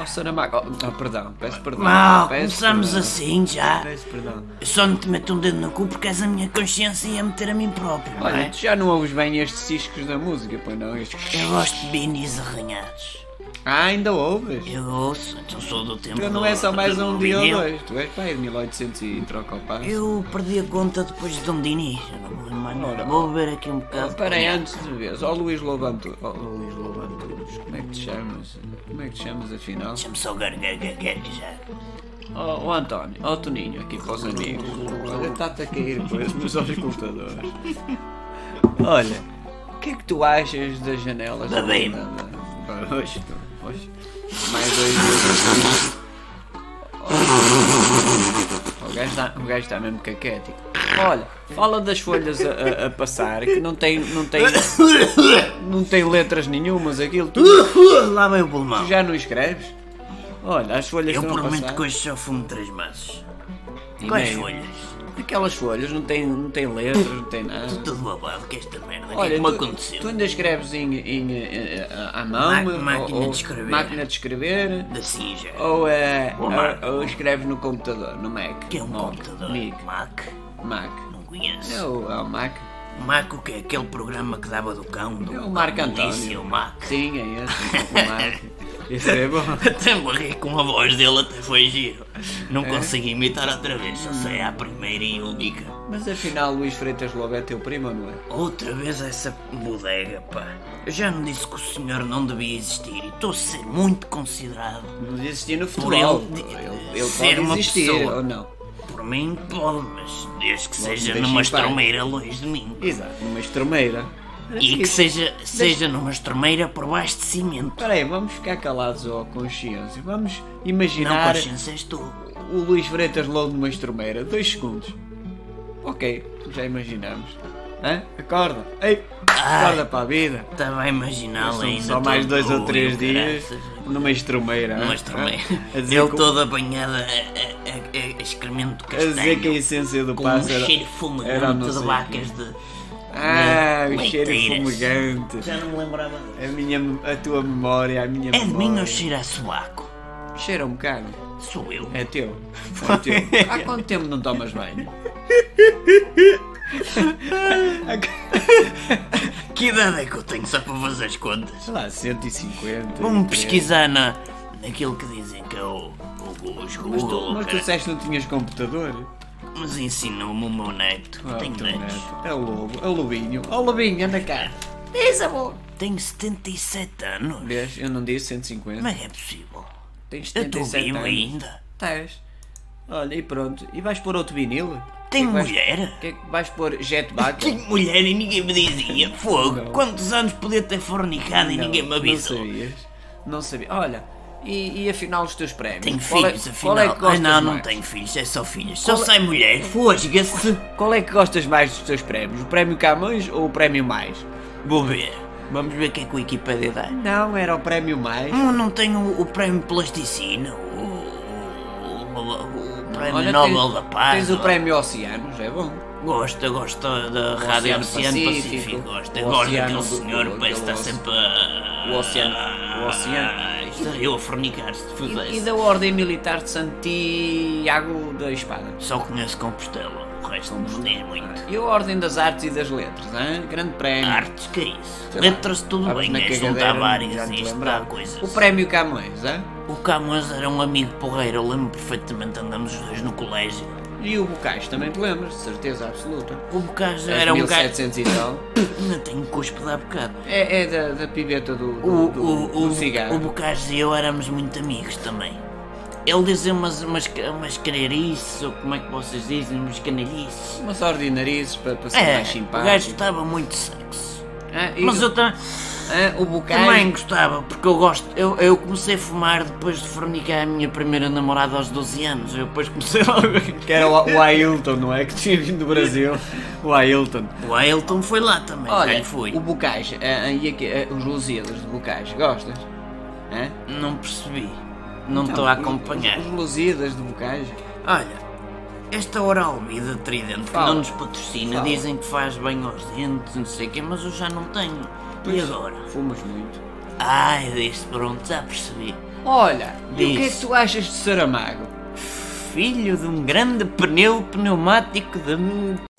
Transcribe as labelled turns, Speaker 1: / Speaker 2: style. Speaker 1: Oh, Saramago. Oh, oh, perdão, peço perdão.
Speaker 2: Mal,
Speaker 1: peço
Speaker 2: começamos
Speaker 1: perdão,
Speaker 2: assim já.
Speaker 1: Peço perdão.
Speaker 2: Eu só não te meto um dedo no cu por causa da minha consciência ia meter a mim próprio, não
Speaker 1: Olha,
Speaker 2: é?
Speaker 1: tu já não ouves bem estes ciscos da música, pois não? Estes...
Speaker 2: Eu gosto de binis arranhados.
Speaker 1: Ah, ainda ouves?
Speaker 2: Eu ouço, então sou do tempo
Speaker 1: Tu não
Speaker 2: do-
Speaker 1: é só mais
Speaker 2: do-
Speaker 1: um
Speaker 2: do
Speaker 1: dia ou
Speaker 2: vinil.
Speaker 1: dois. Tu és pai de 1800 e troca o passo.
Speaker 2: Eu perdi a conta depois de Dom Dinis. Eu não me lembro mais nada.
Speaker 1: Ora.
Speaker 2: Vou beber aqui um bocado.
Speaker 1: Espera aí, antes de veres. Ó Luís Lobanto. Ó Luís Lobanto. Como é que te chamas? Como é que te chamas afinal?
Speaker 2: Deixa-me só gargargar que já.
Speaker 1: Ó ó, António, ó Toninho, aqui para os amigos. Olha, está-te a cair coisas nos auscultadores. Olha, o que é que tu achas das janelas?
Speaker 2: Babei-me.
Speaker 1: Para hoje, hoje. Mais dois dias. O gajo está, o gajo está mesmo caquético. Olha, fala das folhas a, a- a passar, que não tem, não tem, não tem letras nenhumas aquilo. Tu,
Speaker 2: Lá vem o pulmão.
Speaker 1: tu já não escreves? Olha, as folhas
Speaker 2: Eu um
Speaker 1: estão a
Speaker 2: prometo
Speaker 1: passar.
Speaker 2: que hoje só fumo três maços.
Speaker 1: E
Speaker 2: Quais
Speaker 1: meio.
Speaker 2: folhas?
Speaker 1: Aquelas folhas, não tem, não tem letras, não tem nada.
Speaker 2: Tudo babado que esta merda. O que é
Speaker 1: Olha,
Speaker 2: que me
Speaker 1: tu-
Speaker 2: aconteceu?
Speaker 1: Tu ainda escreves em, em, eh, eh, à mão?
Speaker 2: Ma-
Speaker 1: ou-
Speaker 2: máquina
Speaker 1: ou-
Speaker 2: de escrever.
Speaker 1: Máquina de escrever?
Speaker 2: Da cinja.
Speaker 1: Ou, é,
Speaker 2: Ou Mac.
Speaker 1: ou, ou escreves no computador, no Mac?
Speaker 2: que é um
Speaker 1: Ou
Speaker 2: computador.
Speaker 1: Nic,
Speaker 2: Mac.
Speaker 1: Mac.
Speaker 2: Não conheço.
Speaker 1: É o, é o Mac.
Speaker 2: Mac o que é aquele programa que dava do cão? Do
Speaker 1: É o Marco
Speaker 2: Isso, é
Speaker 1: António.
Speaker 2: o Mac.
Speaker 1: Sim, é esse. O Mac. Isso é bom.
Speaker 2: Até morri com a voz dele, até foi giro. Não
Speaker 1: É?
Speaker 2: consegui imitar outra vez, só sei a primeira e única.
Speaker 1: Mas afinal, Luís Freitas Lobo é teu primo, não é?
Speaker 2: Outra vez essa bodega, pá. Eu já não disse que o senhor não devia existir e estou a ser muito considerado.
Speaker 1: Não existia no
Speaker 2: Por
Speaker 1: futebol.
Speaker 2: ele de-
Speaker 1: ele
Speaker 2: ser
Speaker 1: pode
Speaker 2: uma
Speaker 1: existir,
Speaker 2: pessoa.
Speaker 1: ou não?
Speaker 2: Por mim, pode, mas desde que seja
Speaker 1: deixa
Speaker 2: numa
Speaker 1: em paz.
Speaker 2: estromeira longe de mim.
Speaker 1: Exato, numa estremeira.
Speaker 2: E que seja, seja numa estromeira por baixo de cimento.
Speaker 1: Espera aí, vamos ficar calados ao consciência. Vamos
Speaker 2: Não,
Speaker 1: imaginar
Speaker 2: consciência, és tu.
Speaker 1: o Luís Freitas Lobo numa estromeira. Dois segundos. Ok, já imaginamos. Hã? Acorda. Ei, acorda para a vida.
Speaker 2: Estava a imaginá-la
Speaker 1: São
Speaker 2: ainda.
Speaker 1: só mais
Speaker 2: todo
Speaker 1: dois ou
Speaker 2: nu,
Speaker 1: três
Speaker 2: e o
Speaker 1: dias
Speaker 2: caraças.
Speaker 1: numa estromeira. hã?
Speaker 2: Uma estromeira.
Speaker 1: A dizer,
Speaker 2: Ele
Speaker 1: que,
Speaker 2: todo apanhado a, a- a- a excremento
Speaker 1: a dizer que a
Speaker 2: castanho.
Speaker 1: essência do
Speaker 2: Com um
Speaker 1: pássaro
Speaker 2: cheiro
Speaker 1: era não
Speaker 2: fumegante de
Speaker 1: sei
Speaker 2: vacas de.
Speaker 1: Ah, o cheiro
Speaker 2: leiteiras.
Speaker 1: fumegante.
Speaker 2: Já não me lembrava disso.
Speaker 1: A, minha, a tua memória, a minha
Speaker 2: É de
Speaker 1: memória.
Speaker 2: mim ou cheira a sovaco?
Speaker 1: Cheira um bocado.
Speaker 2: Sou eu.
Speaker 1: É teu. É teu. Há quanto tempo não tomas banho?
Speaker 2: Que idade é que eu tenho só para fazer as contas?
Speaker 1: Sei lá, 150.
Speaker 2: Vamos
Speaker 1: 300.
Speaker 2: pesquisar na, naquilo que dizem que é o. o-
Speaker 1: Mas
Speaker 2: Os
Speaker 1: tu,
Speaker 2: Google,
Speaker 1: mas tu
Speaker 2: cara.
Speaker 1: disseste que não tinhas computador?
Speaker 2: mas ensinou-me o meu neto. Eu
Speaker 1: Ah,
Speaker 2: tenho
Speaker 1: teu
Speaker 2: netos.
Speaker 1: neto. É o lobo, é o lobinho. Ó lobinho, anda cá. Diz amor.
Speaker 2: Tenho 77 anos.
Speaker 1: Vês, eu não disse 150.
Speaker 2: Como é que é possível?
Speaker 1: Tens
Speaker 2: Eu estou
Speaker 1: 77
Speaker 2: vivo
Speaker 1: anos.
Speaker 2: ainda.
Speaker 1: Tens. Olha, e pronto. E vais pôr outro vinil?
Speaker 2: Tenho
Speaker 1: O que é que vais-
Speaker 2: mulher.
Speaker 1: O que é que vais pôr jetback?
Speaker 2: Tenho mulher e ninguém me dizia. Fogo, quantos anos podia ter fornicado e
Speaker 1: Não,
Speaker 2: Ah, ninguém me
Speaker 1: Não
Speaker 2: avisou?
Speaker 1: sabias. Não sabia. Olha, e, e afinal os teus prémios?
Speaker 2: Tenho
Speaker 1: Qual é-
Speaker 2: filhos, afinal.
Speaker 1: Qual é que
Speaker 2: Ai,
Speaker 1: gostas
Speaker 2: não, não
Speaker 1: mais?
Speaker 2: tenho filhos, é só filhas. Só sai mulher, fosga-se.
Speaker 1: Qual é que gostas mais dos teus prémios? O prémio Camões ou o prémio Mais?
Speaker 2: Vou ver. Vamos ver o que é que a equipa de dar.
Speaker 1: Não, era o prémio Mais.
Speaker 2: Não, não tenho o prémio Plasticina, o, o, o- o prémio
Speaker 1: Olha,
Speaker 2: Nobel
Speaker 1: tens-
Speaker 2: da Paz. é?
Speaker 1: Tens o prémio Oceanos, é bom.
Speaker 2: Gosta, gosta da Rádio
Speaker 1: Oceano
Speaker 2: Oceano Pacífico.
Speaker 1: Pacífico,
Speaker 2: Gosta,
Speaker 1: o
Speaker 2: gosta
Speaker 1: Oceano
Speaker 2: daquele
Speaker 1: do-
Speaker 2: senhor,
Speaker 1: do-
Speaker 2: parece que está
Speaker 1: do-
Speaker 2: sempre a.
Speaker 1: o Oceano- o Oceano.
Speaker 2: Ah, isto é eu a fornicar se fizesse.
Speaker 1: E, e da Ordem Militar de Santiago da Espada.
Speaker 2: Só conheço Compostela, o resto não me muito.
Speaker 1: E a Ordem das Artes e das Letras, hein? grande prémio.
Speaker 2: Artes, que é isso?
Speaker 1: Sei lá.
Speaker 2: Letras tudo
Speaker 1: Estavas
Speaker 2: bem,
Speaker 1: na
Speaker 2: és um
Speaker 1: cagadeira, já
Speaker 2: Tavares,
Speaker 1: não te
Speaker 2: isto dá
Speaker 1: lembrava.
Speaker 2: coisas.
Speaker 1: O prémio Camões, hein?
Speaker 2: O Camões era um amigo porreiro, eu lembro perfeitamente, andamos os dois no colégio.
Speaker 1: e o Bocais, também te lembras, de certeza absoluta.
Speaker 2: O Bocage era um gajo...
Speaker 1: 1700 e tal.
Speaker 2: Ainda tenho cuspe de há bocado.
Speaker 1: É, é da, da pibeta do, do,
Speaker 2: O,
Speaker 1: do-
Speaker 2: o,
Speaker 1: do
Speaker 2: o,
Speaker 1: cigarro.
Speaker 2: o Bocage e eu éramos muito amigos também. Ele dizia umas, umas, umas cararices, ou como é que vocês dizem, umas canalhices.
Speaker 1: Umas ordinarizes para, para ser mais
Speaker 2: É, o gajo
Speaker 1: simpático.
Speaker 2: gostava muito de sexo.
Speaker 1: Ah, e
Speaker 2: Mas
Speaker 1: o,
Speaker 2: eu também...
Speaker 1: ah, o Bocais.
Speaker 2: Também gostava, porque eu gosto. Eu, eu comecei a fumar depois de fornicar a minha primeira namorada aos 12 anos. Eu depois comecei logo.
Speaker 1: Que era o, o Ailton, não é? Que tinha vindo do Brasil. O Ailton.
Speaker 2: O Ailton foi lá também, já
Speaker 1: Olha,
Speaker 2: lhe fui.
Speaker 1: o Bocage, ah, ah, e aqui, ah, os Lusíadas de Bocage, gostas? Hã?
Speaker 2: Não percebi.
Speaker 1: Então,
Speaker 2: Não estou a acompanhar.
Speaker 1: Os, os Lusíadas de Bocage.
Speaker 2: Olha, esta oral B da Trident que
Speaker 1: Fala.
Speaker 2: não nos patrocina,
Speaker 1: Fala.
Speaker 2: dizem que faz bem aos dentes, não sei o quê, mas eu já não tenho. E agora?
Speaker 1: Fumas muito.
Speaker 2: Ai, disse, pronto, já percebi.
Speaker 1: Olha, e o que é que
Speaker 2: Diz.
Speaker 1: tu achas de Saramago?
Speaker 2: Filho de um grande pneu pneumático de